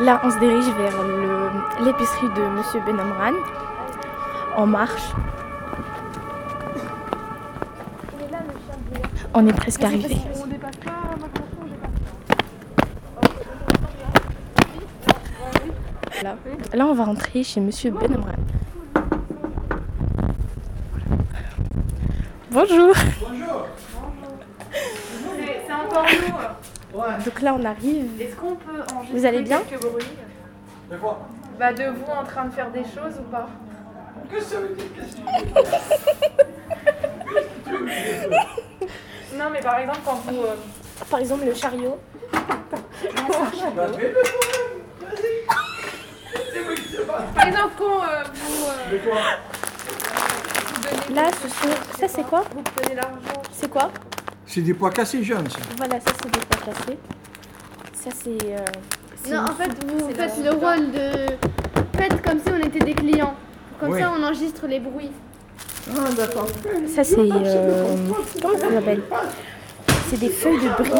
Là, on se dirige vers le- l'épicerie de Monsieur Benamran. On marche. On est presque arrivé. Là. Là, on va rentrer chez Monsieur Benamran. Bonjour. Bonjour C'est encore nous. Ouais, Donc là, on arrive. Est-ce qu'on peut enregistrer Vous allez bien quelques bruits mais quoi Bah de vous en train de faire des choses ou pas Qu'est-ce que ça veut dire Qu'est-ce que Non mais par exemple quand vous... euh, Par exemple, le chariot. tu vas Mais le problème Vas-y C'est moi qui sais pas Par exemple quand euh, vous, euh, Mais quoi vous donnez... Là, ce sont. Ça, c'est quoi Vous prenez l'argent. C'est quoi C'est des pois cassés jaunes, ça. Voilà, ça, c'est des pois cassés. Ça, c'est. euh, c'est Non, une- en fait, vous C'est faites dans- le rôle de. Faites comme si on était des clients. Comme Oui. ça, on enregistre les bruits. Ah, d'accord. Ça, c'est. euh, Comment ça s'appelle C'est des feuilles de briques.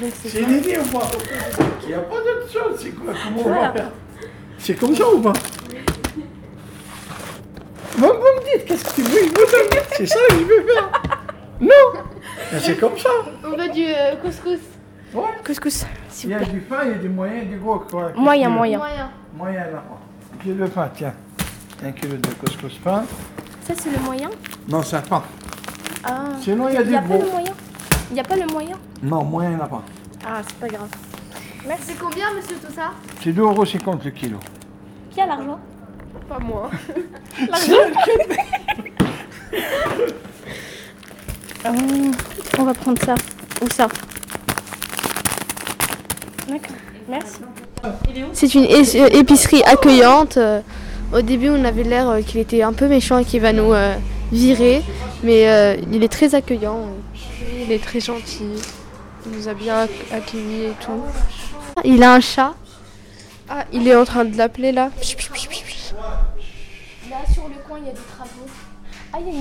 Donc, c'est C'est une idée ou pas Il n'y a pas d'autre chose, c'est quoi Comment on Voilà. va faire C'est comme ça ou pas Bon, vous me dites, qu'est-ce que tu veux que je vous donne C'est ça que je veux faire Non Mais C'est comme ça On veut du euh, couscous. Ouais. couscous, s'il Il y vous a plaît. du pain, il y a du moyen, du gros, quoi. Moyen, Qu'est-ce que- moyen. Moyen. Moyen là. J'ai le pain, tiens. Un kilo de couscous pain. Ça, c'est le moyen Non, c'est un pain. Ah. Sinon, il y a Il du n'y a pas gros. le moyen Il n'y a pas le moyen Non, moyen là-bas. Ah, c'est pas grave. C'est combien, monsieur, tout ça C'est 2,50 euros le kilo. Qui a l'argent Pas moi. Hum, On va prendre ça. Ou ça. D'accord. Merci. C'est une é- euh, épicerie accueillante. Euh, Au début, on avait l'air euh, qu'il était un peu méchant et qu'il va nous euh, virer. Mais euh, il est très accueillant. Euh, Il est très gentil. Il nous a bien ac- accueillis et tout. Il a un chat. Ah, il est en train de l'appeler là. Là, sur le coin, il y a des travaux. Ah, il y a une